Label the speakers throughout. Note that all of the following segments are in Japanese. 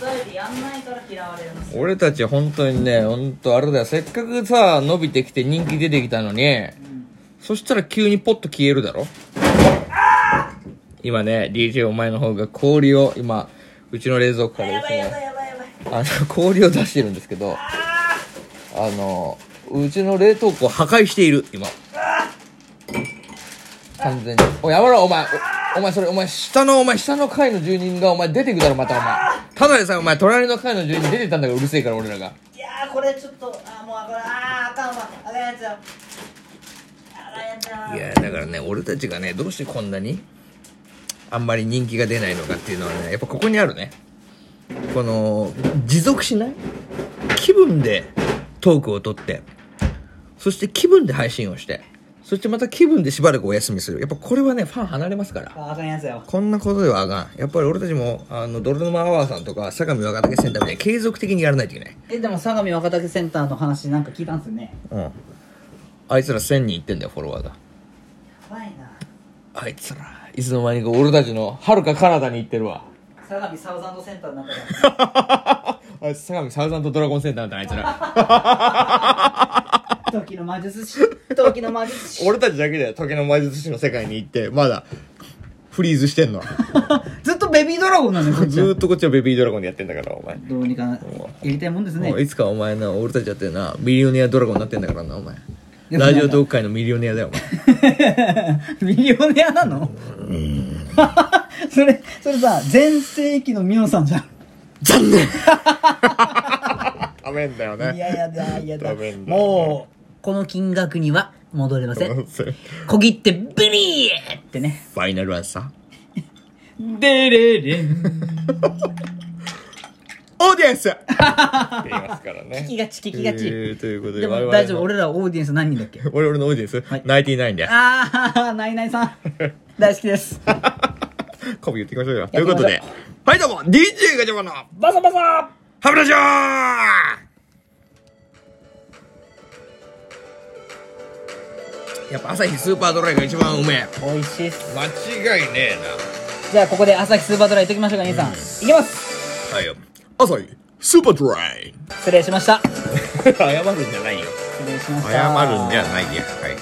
Speaker 1: 人でやんないから嫌われます
Speaker 2: 俺たち本当にね、本当あれだよ、せっかくさ、伸びてきて人気出てきたのに、そしたら急にポッと消えるだろ今ね、DJ お前の方が氷を、今、うちの冷蔵庫から
Speaker 1: や
Speaker 2: です
Speaker 1: ばいやば
Speaker 2: ね、
Speaker 1: いやばいやばい
Speaker 2: あの、氷を出してるんですけど、あの、うちの冷凍庫を破壊している、今。完全に。おい、やめろ、お前。おお前、それ、お前、下の、お前、下の階の住人が、お前、出てくだろ、また、お前。ただでさえ、お前、隣の階の住人出てたんだから、うるせえから、俺らが。
Speaker 1: いやーこれちょっとあーもうこれあーあかんわあかんやつよあかんやつよ
Speaker 2: いやだからね俺たちがねどうしてこんなにあんまり人気が出ないのかっていうのはねやっぱここにあるねこの持続しない気分でトークをとってそして気分で配信をしてそしてまた気分でしばらくお休みするやっぱこれはねファン離れますから
Speaker 1: あーあかんやつよ
Speaker 2: こんなことではあかんやっぱり俺たちもあのドルノマアワーさんとか相模若竹センターみたいに継続的にやらないといけない
Speaker 1: えでも相模若竹センターの話なんか聞いたんすよね
Speaker 2: うんあいつら1000人いってんだよフォロワーが
Speaker 1: やばいな
Speaker 2: あいつらいつの間にか俺たちのはるか彼方に行ってるわ
Speaker 1: 相模サウザンドセンターになったから
Speaker 2: あいつ相模サウザンとドラゴンセンターなんてあいつら
Speaker 1: 時の魔術師時の魔術師
Speaker 2: 俺たちだけだよ時の魔術師の世界に行ってまだフリーズしてんの
Speaker 1: ずっとベビードラゴンなんだよこっち
Speaker 2: ず
Speaker 1: は
Speaker 2: ーっとこっちはベビードラゴンでやってんだからお前、
Speaker 1: どうにかやりたいもんですね
Speaker 2: もういつかお前な俺たちだってなミリオネアドラゴンになってんだからなお前ラジオトーク界のミリオネアだよお前
Speaker 1: ミリオネアなの それそれさ全盛期のミノさんじゃん
Speaker 2: 残念ダメんだよ
Speaker 1: い
Speaker 2: ね
Speaker 1: やいやだいやだ
Speaker 2: ダメだ
Speaker 1: もうこの金額には戻れませ ん
Speaker 2: それ
Speaker 1: 小切ってビリーってね
Speaker 2: ファイナルアンサー
Speaker 1: デレレン
Speaker 2: オーディエ ンスって言いますからね
Speaker 1: 聞きがち聞きがち
Speaker 2: えーということで
Speaker 1: で
Speaker 2: 我
Speaker 1: も
Speaker 2: 々の
Speaker 1: 大丈夫俺らオーディエンス何人だっけ
Speaker 2: 我々のオーディエンス、ナイティナインです。
Speaker 1: ああナイナイ さん大好きです
Speaker 2: コピー言っていきましょうよ。と
Speaker 1: や
Speaker 2: い
Speaker 1: っていき
Speaker 2: う
Speaker 1: ましょ
Speaker 2: こ
Speaker 1: う
Speaker 2: とで、はいどうも、DJ ガチャマンのハ
Speaker 1: バサバサ
Speaker 2: ブラジョーやっぱ朝日スーパードライが一番うめえ。
Speaker 1: 美味しいっす
Speaker 2: 間違いね
Speaker 1: じゃあここで朝日スーパードライいっときましょうか兄さん、いきます
Speaker 2: えな。はいよ。朝日スーパードライ
Speaker 1: 失礼しました
Speaker 2: 謝るんじゃないよ。
Speaker 1: 失礼しました
Speaker 2: 謝るんじゃないや。はい。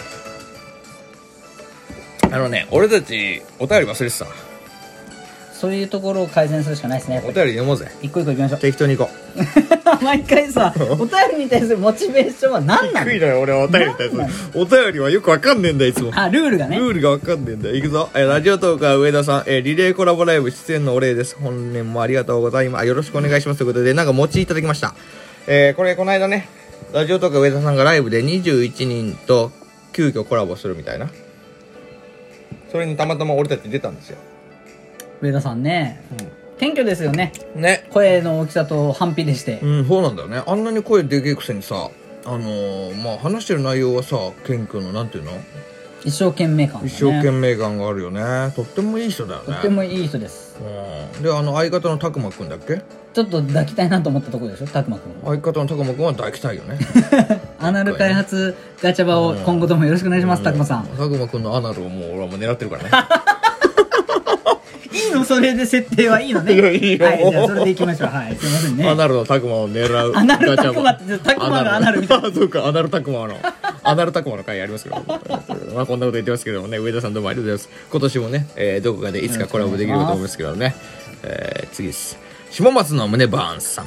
Speaker 2: あのね、俺たち、お便り忘れてた。
Speaker 1: そういうところを改善するしかないですねやっ
Speaker 2: お
Speaker 1: ぱ
Speaker 2: 便
Speaker 1: り
Speaker 2: り読もうぜ。
Speaker 1: 一個一個いきましょう
Speaker 2: 適当に行こう。
Speaker 1: 毎回 さお便りに対するモチベーションは何なの
Speaker 2: 低いのよ俺はお便りに対するお便りはよくわかんねえんだよいつも
Speaker 1: あルールがね
Speaker 2: ルールがわかんねえんだよいくぞ、えーラジオトークは上田さん、えーリレーコラボライブ出演のお礼です本年もありがとうございますあよろしくお願いしますということでなんか餅いただきました、えーこれこの間ねラジオトークは上田さんがライブで21人と急遽コラボするみたいなそれにたまたま俺たち出たんですよ、
Speaker 1: 上田さんね謙虚ですよね
Speaker 2: ね
Speaker 1: 声の大きさと反比でして
Speaker 2: うんそうなんだよねあんなに声でけえくせにさあのーまあ話してる内容はさケン君のなんていうの
Speaker 1: 一生懸命感がね
Speaker 2: 一生懸命感があるよねとってもいい人だよね
Speaker 1: とってもいい人です
Speaker 2: うん、であの相方の拓磨くんだっけ
Speaker 1: ちょっと抱きたいなと思ったところでしょ拓磨君
Speaker 2: 相方の拓磨くんは抱きたいよ ね
Speaker 1: アナル開発ガチャバを今後ともよろしくお願いします拓磨さん
Speaker 2: 拓磨くんのアナルをもう俺はもう狙ってるから
Speaker 1: いいのそれで設定はいいのね
Speaker 2: いや いいよ
Speaker 1: はいじゃあそれでいきましょうはいすいません
Speaker 2: ねア
Speaker 1: ね
Speaker 2: ナルの拓磨を狙う
Speaker 1: アナル
Speaker 2: ガチャ
Speaker 1: 拓磨って拓磨のアナルみたい
Speaker 2: な そうかアナル拓磨のアナル拓磨の回やりますけどまあこんなこと言ってますけどもね上田さんどうもありがとうございます今年もね、えーどこかでいつかコラボできるかと思いますけどね、えー次です下松の胸バーンさん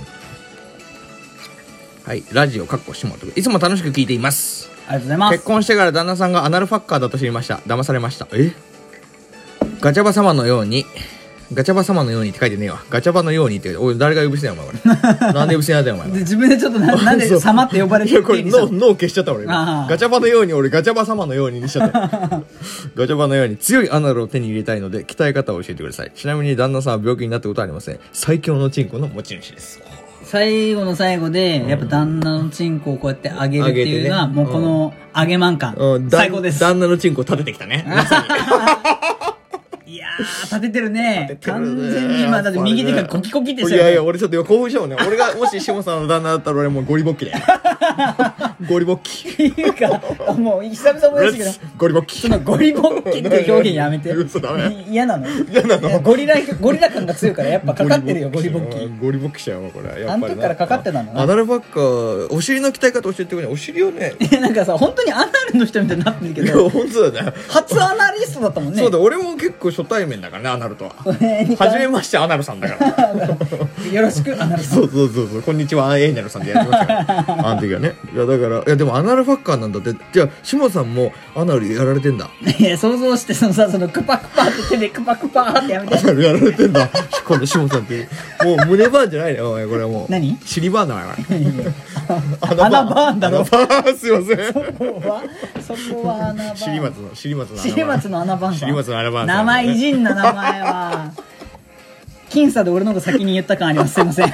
Speaker 2: はいラジオかっこ下といつも楽しく聞いています
Speaker 1: ありがとうございま
Speaker 2: 結
Speaker 1: す
Speaker 2: 婚してから旦那さんがアナルファッカーだと知りました騙されましたえガチャバ様のようにガチャバ様のようにって書いてねえわガチャバのようにっておい誰が呼び捨てだよお前こ れなんで呼び捨てなんだよお前
Speaker 1: で自分でちょっとななんで「様」って呼ばれ
Speaker 2: い
Speaker 1: て
Speaker 2: や
Speaker 1: る
Speaker 2: こ
Speaker 1: 経
Speaker 2: れ
Speaker 1: 緯さ
Speaker 2: 脳脳消しちゃった俺
Speaker 1: あ
Speaker 2: 今
Speaker 1: あ
Speaker 2: ガチャバのように俺ガチャバ様のようににしちゃった ガチャバのように強いアナルを手に入れたいので鍛え方を教えてくださいちなみに旦那さんは病気になったことはありません最強のチンコの持ち主です
Speaker 1: 最後の最後でやっぱ旦那のチンコをこうやって上げるっていうのは
Speaker 2: 上げてね
Speaker 1: もうこの上げマン感
Speaker 2: うんだん
Speaker 1: 最高です
Speaker 2: 旦那のチンコを立ててきたねまさに
Speaker 1: いやー、立ててるね。
Speaker 2: 立ててる
Speaker 1: 完
Speaker 2: ね
Speaker 1: 全に今、だって右手がコキコキって
Speaker 2: い
Speaker 1: し
Speaker 2: やいや
Speaker 1: て
Speaker 2: 俺ちょっと今興奮したもんね俺がもし下さんの旦那だったら俺もうゴリボッキでゴリボッキ
Speaker 1: っていうか、あもう久々思い出したけど、
Speaker 2: ゴリボッキ
Speaker 1: そのゴリボッキっていう表現やめて。
Speaker 2: 嘘ダメ
Speaker 1: い嫌なの嫌なのゴリラ、ゴリラ感が強いから、やっぱかかってるよ、ゴリボッキ。
Speaker 2: ゴリボッキしちゃうわこれや
Speaker 1: あ
Speaker 2: っ
Speaker 1: の
Speaker 2: ぱり
Speaker 1: 時からかかってたの
Speaker 2: アナルバッカーお尻の鍛え方教えてくれお尻 をね
Speaker 1: いやなんかさ、本当にアナルの人みたいになってるけ
Speaker 2: いや
Speaker 1: ど、
Speaker 2: 本当だね
Speaker 1: 初アナリストだったもんね。
Speaker 2: そうだ俺も結構初対面だからねアナルと は
Speaker 1: れに関
Speaker 2: 初めましてアナルさんだから
Speaker 1: よろしく、アナルさん。
Speaker 2: そうそうそうそう、こんにちは、エーニャルさんでやってましたから。あの時はね。いや、だから、いや、でもアナルファッカーなんだって。じゃあ、シモさんもアナルやられてんだ。
Speaker 1: いや、想像して、そのさ、そのクパクパって手でクパクパって やめて
Speaker 2: ア。ナルやられてんだ。このシモさんって。もう胸バーンじゃないのよ、お前、これはもう。
Speaker 1: 何
Speaker 2: 尻バーンだな、これ。
Speaker 1: 穴バーンだろ
Speaker 2: 穴バーン、すいませ
Speaker 1: そ
Speaker 2: ん。
Speaker 1: こは、そこは穴番。
Speaker 2: 尻松の、尻松の穴バーン。
Speaker 1: シリマツの穴番さん。
Speaker 2: シリマツの穴番さん
Speaker 1: 名前いじんな、名前は。僅差で俺のこと先に言った感あります。すいま せん。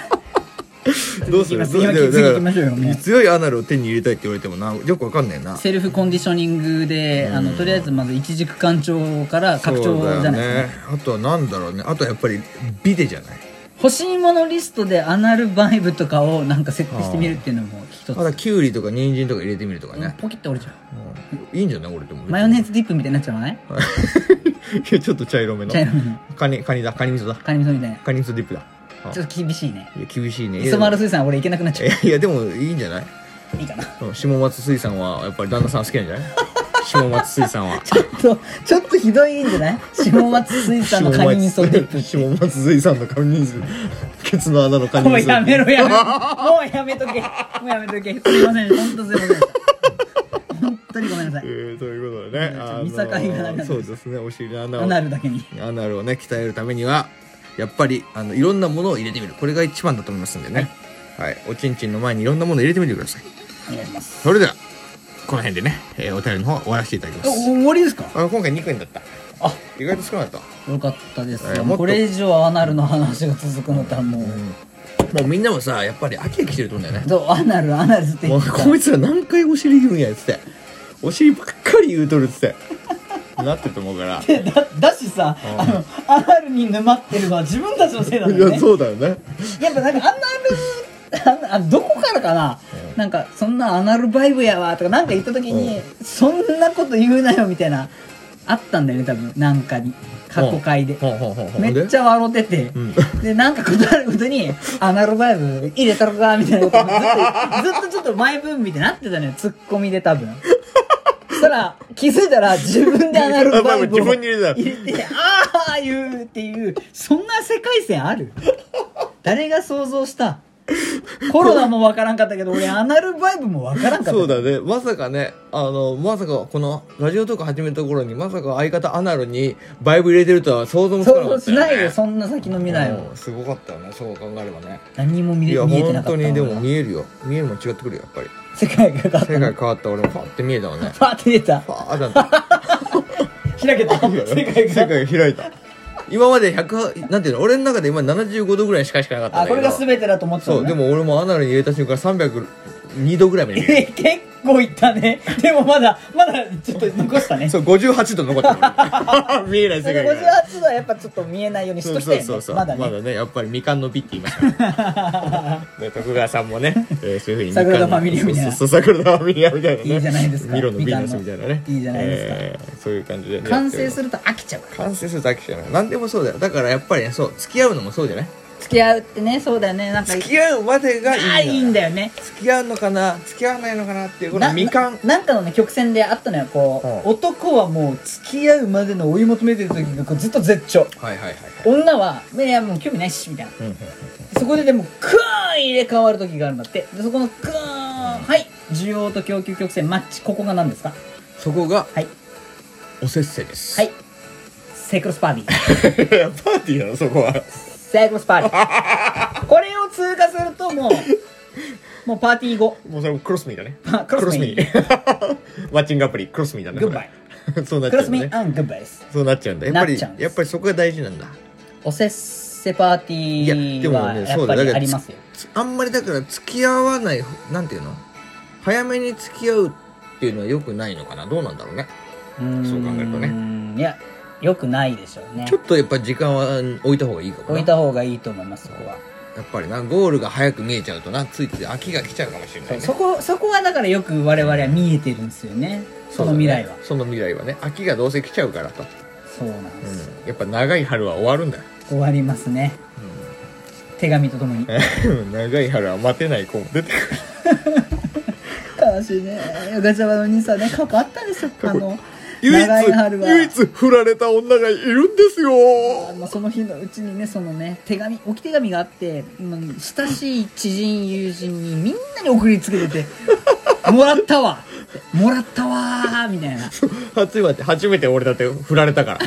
Speaker 2: どうする
Speaker 1: 次行きます次行きましょうよもう
Speaker 2: 強いアナルを手に入れたいって言われてもな、よくわかんないな。
Speaker 1: セルフコンディショニングで、あの、とりあえずまず一軸干潮から拡張じゃないですか。
Speaker 2: そうだよね。あとはなんだろうね。あとはやっぱり、ビデじゃない
Speaker 1: 欲しいものリストでアナルバイブとかをなんか設定してみるっていうのも一つ
Speaker 2: ま。だキュウリとか人参とか入れてみるとかね。
Speaker 1: ポキッと折れちゃ
Speaker 2: いいんじゃない俺でも
Speaker 1: う。マヨネーズディップみたいになっちゃわない
Speaker 2: ーちょっと茶色めの
Speaker 1: 茶色めの
Speaker 2: カニカニだカニ味噌だ
Speaker 1: カニ味噌みたいな。
Speaker 2: カニ味噌ディップだあ
Speaker 1: ちょっと厳しいね。
Speaker 2: いや厳しいねいや
Speaker 1: 磯丸水産俺行けなくなっちゃ。
Speaker 2: いやでもいいんじゃないう
Speaker 1: いいかな。
Speaker 2: うん下松水産はやっぱり旦那さん好きなんじゃない 下松水産は
Speaker 1: ちょっと、ちょっとひどいんじゃ ない下松水産のカニ味噌ディップ。
Speaker 2: 下松水産のカニ味噌ケツの穴のカニ
Speaker 1: もう
Speaker 2: 味噌
Speaker 1: やめろやめろ。もうやめとけ。もうやめとけ。すいません。本当すいません。本当にごめんなさ
Speaker 2: え
Speaker 1: い。
Speaker 2: ーということでねあの
Speaker 1: 見境がなくなる
Speaker 2: そうですねお尻の穴を
Speaker 1: アナルだけに。
Speaker 2: アナルをね鍛えるためにはやっぱりあのいろんなものを入れてみるこれが一番だと思いますんでね、はい、おちんちんの前にいろんなものを入れてみてください
Speaker 1: お願いします。
Speaker 2: それではこの辺でね、えーお便りの方終わらせていただきま
Speaker 1: お
Speaker 2: す
Speaker 1: 終わりですか
Speaker 2: あ今回2組だったあ意外と少なかっ
Speaker 1: よかったです
Speaker 2: えー
Speaker 1: よ。
Speaker 2: もっと
Speaker 1: これ以上アナルの話が続くのったらもう。
Speaker 2: たもうみんなもさやっぱり飽き飽きしてると思うんだよね
Speaker 1: どうアナル、アナルって言
Speaker 2: もう
Speaker 1: ってた。
Speaker 2: こいつら何回お尻言うんやっつってお尻ばっかり言うとるっつってなってると思 うから
Speaker 1: でだだしさ、あの、アナルに沼ってるのは自分たちのせいなんだよね。
Speaker 2: うだよね
Speaker 1: やっぱなんかアナル、ああどこからかな、なんか、そんなアナルバイブやわとかなんか言った時に、そんなこと言うなよみたいな、あったんだよね、多分。なんかに。過去回で。
Speaker 2: ほうほうほうほう
Speaker 1: めっち
Speaker 2: ゃ
Speaker 1: ゃ笑ってて、で、なんか断るごとに、アナルバイブ入れたろか、みたいなことずっと、ずっとちょっと前分みたいになってたのよ、ツッコミで多分。そしたら、気づいたら自分でアナルバイブを
Speaker 2: アナルバイブ自分に入れた
Speaker 1: て、あー言うっていう、そんな世界線ある誰が想像したコロナもわからんかったけど、俺アナルバイブもわからんかった。
Speaker 2: そうだねまさかねあのまさかこのラジオトーク始めた頃にまさか相方アナルにバイブ入れてるとは想像もつかな
Speaker 1: 想
Speaker 2: か
Speaker 1: 像
Speaker 2: った
Speaker 1: し
Speaker 2: よ、ね、
Speaker 1: ないよ、そんな先の未来
Speaker 2: う
Speaker 1: を。
Speaker 2: んすごかったよねそう考えればね
Speaker 1: 何も見
Speaker 2: い
Speaker 1: れ
Speaker 2: や
Speaker 1: 見えてな
Speaker 2: 本
Speaker 1: かった
Speaker 2: 当
Speaker 1: わ
Speaker 2: にでも
Speaker 1: 俺は
Speaker 2: 見えるよ見えるもん違ってくるよやっぱり
Speaker 1: 世界が変わった
Speaker 2: 世界変わった俺もパッて見えたわね
Speaker 1: パーって出た
Speaker 2: パーだった
Speaker 1: 開けた 世界が
Speaker 2: 世界開いた今まで100なんていうの俺の中で今75度ぐらいしかしかなかった
Speaker 1: あ
Speaker 2: んだ
Speaker 1: こ
Speaker 2: け
Speaker 1: れ
Speaker 2: ど
Speaker 1: が全てだと思ってた
Speaker 2: そ
Speaker 1: の
Speaker 2: う
Speaker 1: ね
Speaker 2: でも俺もアナルに入れた瞬間302度ぐらいまで見え
Speaker 1: え 結構いったね でもまだまだちょっと残したね
Speaker 2: るそう58度残ってる 見えない世界が
Speaker 1: 58度はやっぱちょっと見えないようにし
Speaker 2: そ
Speaker 1: と
Speaker 2: う
Speaker 1: きた
Speaker 2: そ
Speaker 1: いう
Speaker 2: そ
Speaker 1: よ
Speaker 2: う
Speaker 1: ね
Speaker 2: そ
Speaker 1: まだ
Speaker 2: うまだ
Speaker 1: ね
Speaker 2: ねやっぱりみかんの美って言 いましたからね徳川さんもね、えー、そういうふうにみか
Speaker 1: サ
Speaker 2: んの
Speaker 1: グラダファミリアみたいな
Speaker 2: そうそうそう桜田ファミリアみたいなね
Speaker 1: いいじゃないですか
Speaker 2: ミロのヴィーナスみたいなね
Speaker 1: みかんのいいじゃないですか
Speaker 2: えーそういう感じでね、
Speaker 1: 完成
Speaker 2: る
Speaker 1: すると飽きちゃうから
Speaker 2: 完成するだけじゃない何でもそうだよだからやっぱりねそう付き合うのもそうじゃない
Speaker 1: 付き合うってねそうだよねなんか
Speaker 2: 付き合うまでがいいんだ
Speaker 1: あいいんだよね
Speaker 2: 付き合うのかな付き合わないのかなっていうこの
Speaker 1: な
Speaker 2: みかん
Speaker 1: ななんかのね曲線であったのよこう、
Speaker 2: うん
Speaker 1: 男はもう付き合うまでの追い求めてる時がこうずっと絶頂
Speaker 2: はいはいはいはい
Speaker 1: 女はいやもう興味ないしみたいな
Speaker 2: うんうん
Speaker 1: そこででもクーン入れ替わる時があるんだってでそこのクーンはい需要と供給曲線マッチここが何ですか
Speaker 2: そこが
Speaker 1: はい
Speaker 2: おせっせです
Speaker 1: はいセクロスパーティー
Speaker 2: パーティーなのそこは
Speaker 1: セクロスパーティ ーこれを通過するともうもうパーティー後
Speaker 2: もうそれもクロスミーだね
Speaker 1: あクロスミー
Speaker 2: クロスミー マッチングアプリクロスミーだね
Speaker 1: グッバイ
Speaker 2: これ そうなっ
Speaker 1: ク
Speaker 2: ちゃ
Speaker 1: ロ
Speaker 2: う
Speaker 1: ス
Speaker 2: んだ
Speaker 1: ミ
Speaker 2: ね
Speaker 1: ーアングッバイです
Speaker 2: そうなっちゃうんだやっぱ
Speaker 1: な
Speaker 2: り
Speaker 1: っちゃうんです
Speaker 2: やっぱりそこが大事なんだ
Speaker 1: おせっせパーテ
Speaker 2: い
Speaker 1: ィ
Speaker 2: や
Speaker 1: ー
Speaker 2: でも
Speaker 1: は
Speaker 2: ね
Speaker 1: や
Speaker 2: そ
Speaker 1: っ
Speaker 2: う
Speaker 1: ぱ
Speaker 2: だだ
Speaker 1: り
Speaker 2: か
Speaker 1: あ
Speaker 2: ら
Speaker 1: り
Speaker 2: つ
Speaker 1: ますよ
Speaker 2: つあんまりだから付き合わないなんていうの早めに付き合うっていうのはよくないのかなどうなんだろうね
Speaker 1: うーん
Speaker 2: そう考えると
Speaker 1: いやよくないでしょうね
Speaker 2: ちょっとやっぱ時間は置いた方がいいかもな
Speaker 1: 置いた方がいいと思いますそこは
Speaker 2: やっぱりなゴールが早く見えちゃうとなついつい飽きが来ちゃうかもしれないね
Speaker 1: そこそこはだからよく我々は見えてるんですよねその未来は
Speaker 2: そうだねその未来はね秋がどうせ来ちゃうからと、
Speaker 1: そう,、なんです、
Speaker 2: うん、やっぱ長い春は終わるんだよ
Speaker 1: 終わりますね、手紙とともに
Speaker 2: 長い春は待てない子も出てくる
Speaker 1: 悲しいねガチャバの兄さんね過去あったんですよあの
Speaker 2: 唯一
Speaker 1: 長い春は
Speaker 2: 唯一振られた女がいるんですよ
Speaker 1: あのその日のうちにねそのね手紙置き手紙があってうん親しい知人友人にみんなに送りつけてて「もらったわ!」って「もらったわ!」みたいな
Speaker 2: 初めて初めて俺だって振ら れたから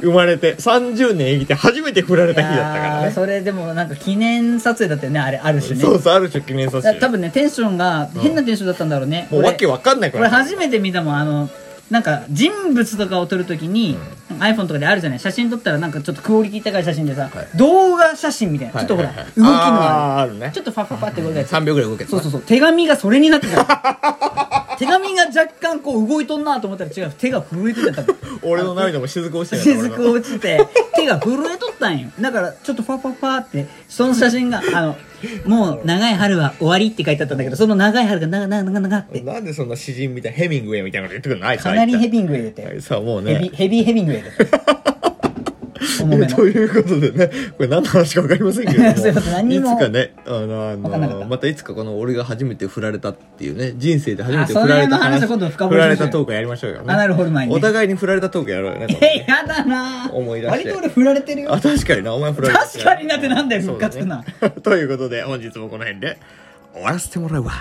Speaker 2: 生まれて30年生きて初めて振られた日だったか
Speaker 1: いや
Speaker 2: ら
Speaker 1: ー
Speaker 2: ね
Speaker 1: それでもなんか記念撮影だったよねあれある種ね
Speaker 2: そうそうある種記念撮
Speaker 1: だから
Speaker 2: 影
Speaker 1: 多分ねテンションが変なテンションだったんだろうね、
Speaker 2: もう
Speaker 1: 俺
Speaker 2: わけわかんないから
Speaker 1: 俺初めて見たもんあのなんか人物とかを撮るときに、iPhone とかであるじゃない写真撮ったらなんかちょっとクオリティ高い写真でさ、
Speaker 2: はい
Speaker 1: 動画写真みたいな、
Speaker 2: はい
Speaker 1: ちょっとほら、
Speaker 2: はいはい
Speaker 1: 動きのあ
Speaker 2: あーあるね
Speaker 1: るちょっとファッファッファって動いたやつ、
Speaker 2: 3秒ぐらい動けて
Speaker 1: そうそうそう手紙がそれになってた手紙が若干こう動いとんなと思ったら違う手が震えてた多分
Speaker 2: 俺の涙も雫落ちてる
Speaker 1: 雫落ちて手が震えとったんよだからちょっとパパパってその写真が「あのもう長い春は終わり」って書いてあったんだけどその長い春が長々長々って
Speaker 2: なんでそんな詩人みたいなヘミングウェイみたいなこと言ってくるのあいつ
Speaker 1: かなりヘビ
Speaker 2: ン
Speaker 1: ングウェイだっ
Speaker 2: グ
Speaker 1: て
Speaker 2: さあもう
Speaker 1: ヘビ
Speaker 2: ね
Speaker 1: ヘビーヘビングウェイ だった重めの
Speaker 2: ということでねこれ何の話か分かりませんけれども
Speaker 1: すいません何にも
Speaker 2: いつかねあのあの
Speaker 1: 分かんなかった
Speaker 2: またいつかこの俺が初めて振られたっていうね人生で初めて
Speaker 1: あその
Speaker 2: 振られた
Speaker 1: 辺の話は今度深掘
Speaker 2: 振
Speaker 1: りしましょう
Speaker 2: られたトークやりましょうよね
Speaker 1: アナルホルマンにね
Speaker 2: お互いに振られたトークやろうよねこれ
Speaker 1: え
Speaker 2: ね
Speaker 1: やだな
Speaker 2: 思い出して
Speaker 1: 割と俺振られてるよ
Speaker 2: あ確かになお前振られた
Speaker 1: 確かになってなんだよ
Speaker 2: そうだね
Speaker 1: ムカつ
Speaker 2: ということで本日もこの辺で終わらせてもらうわ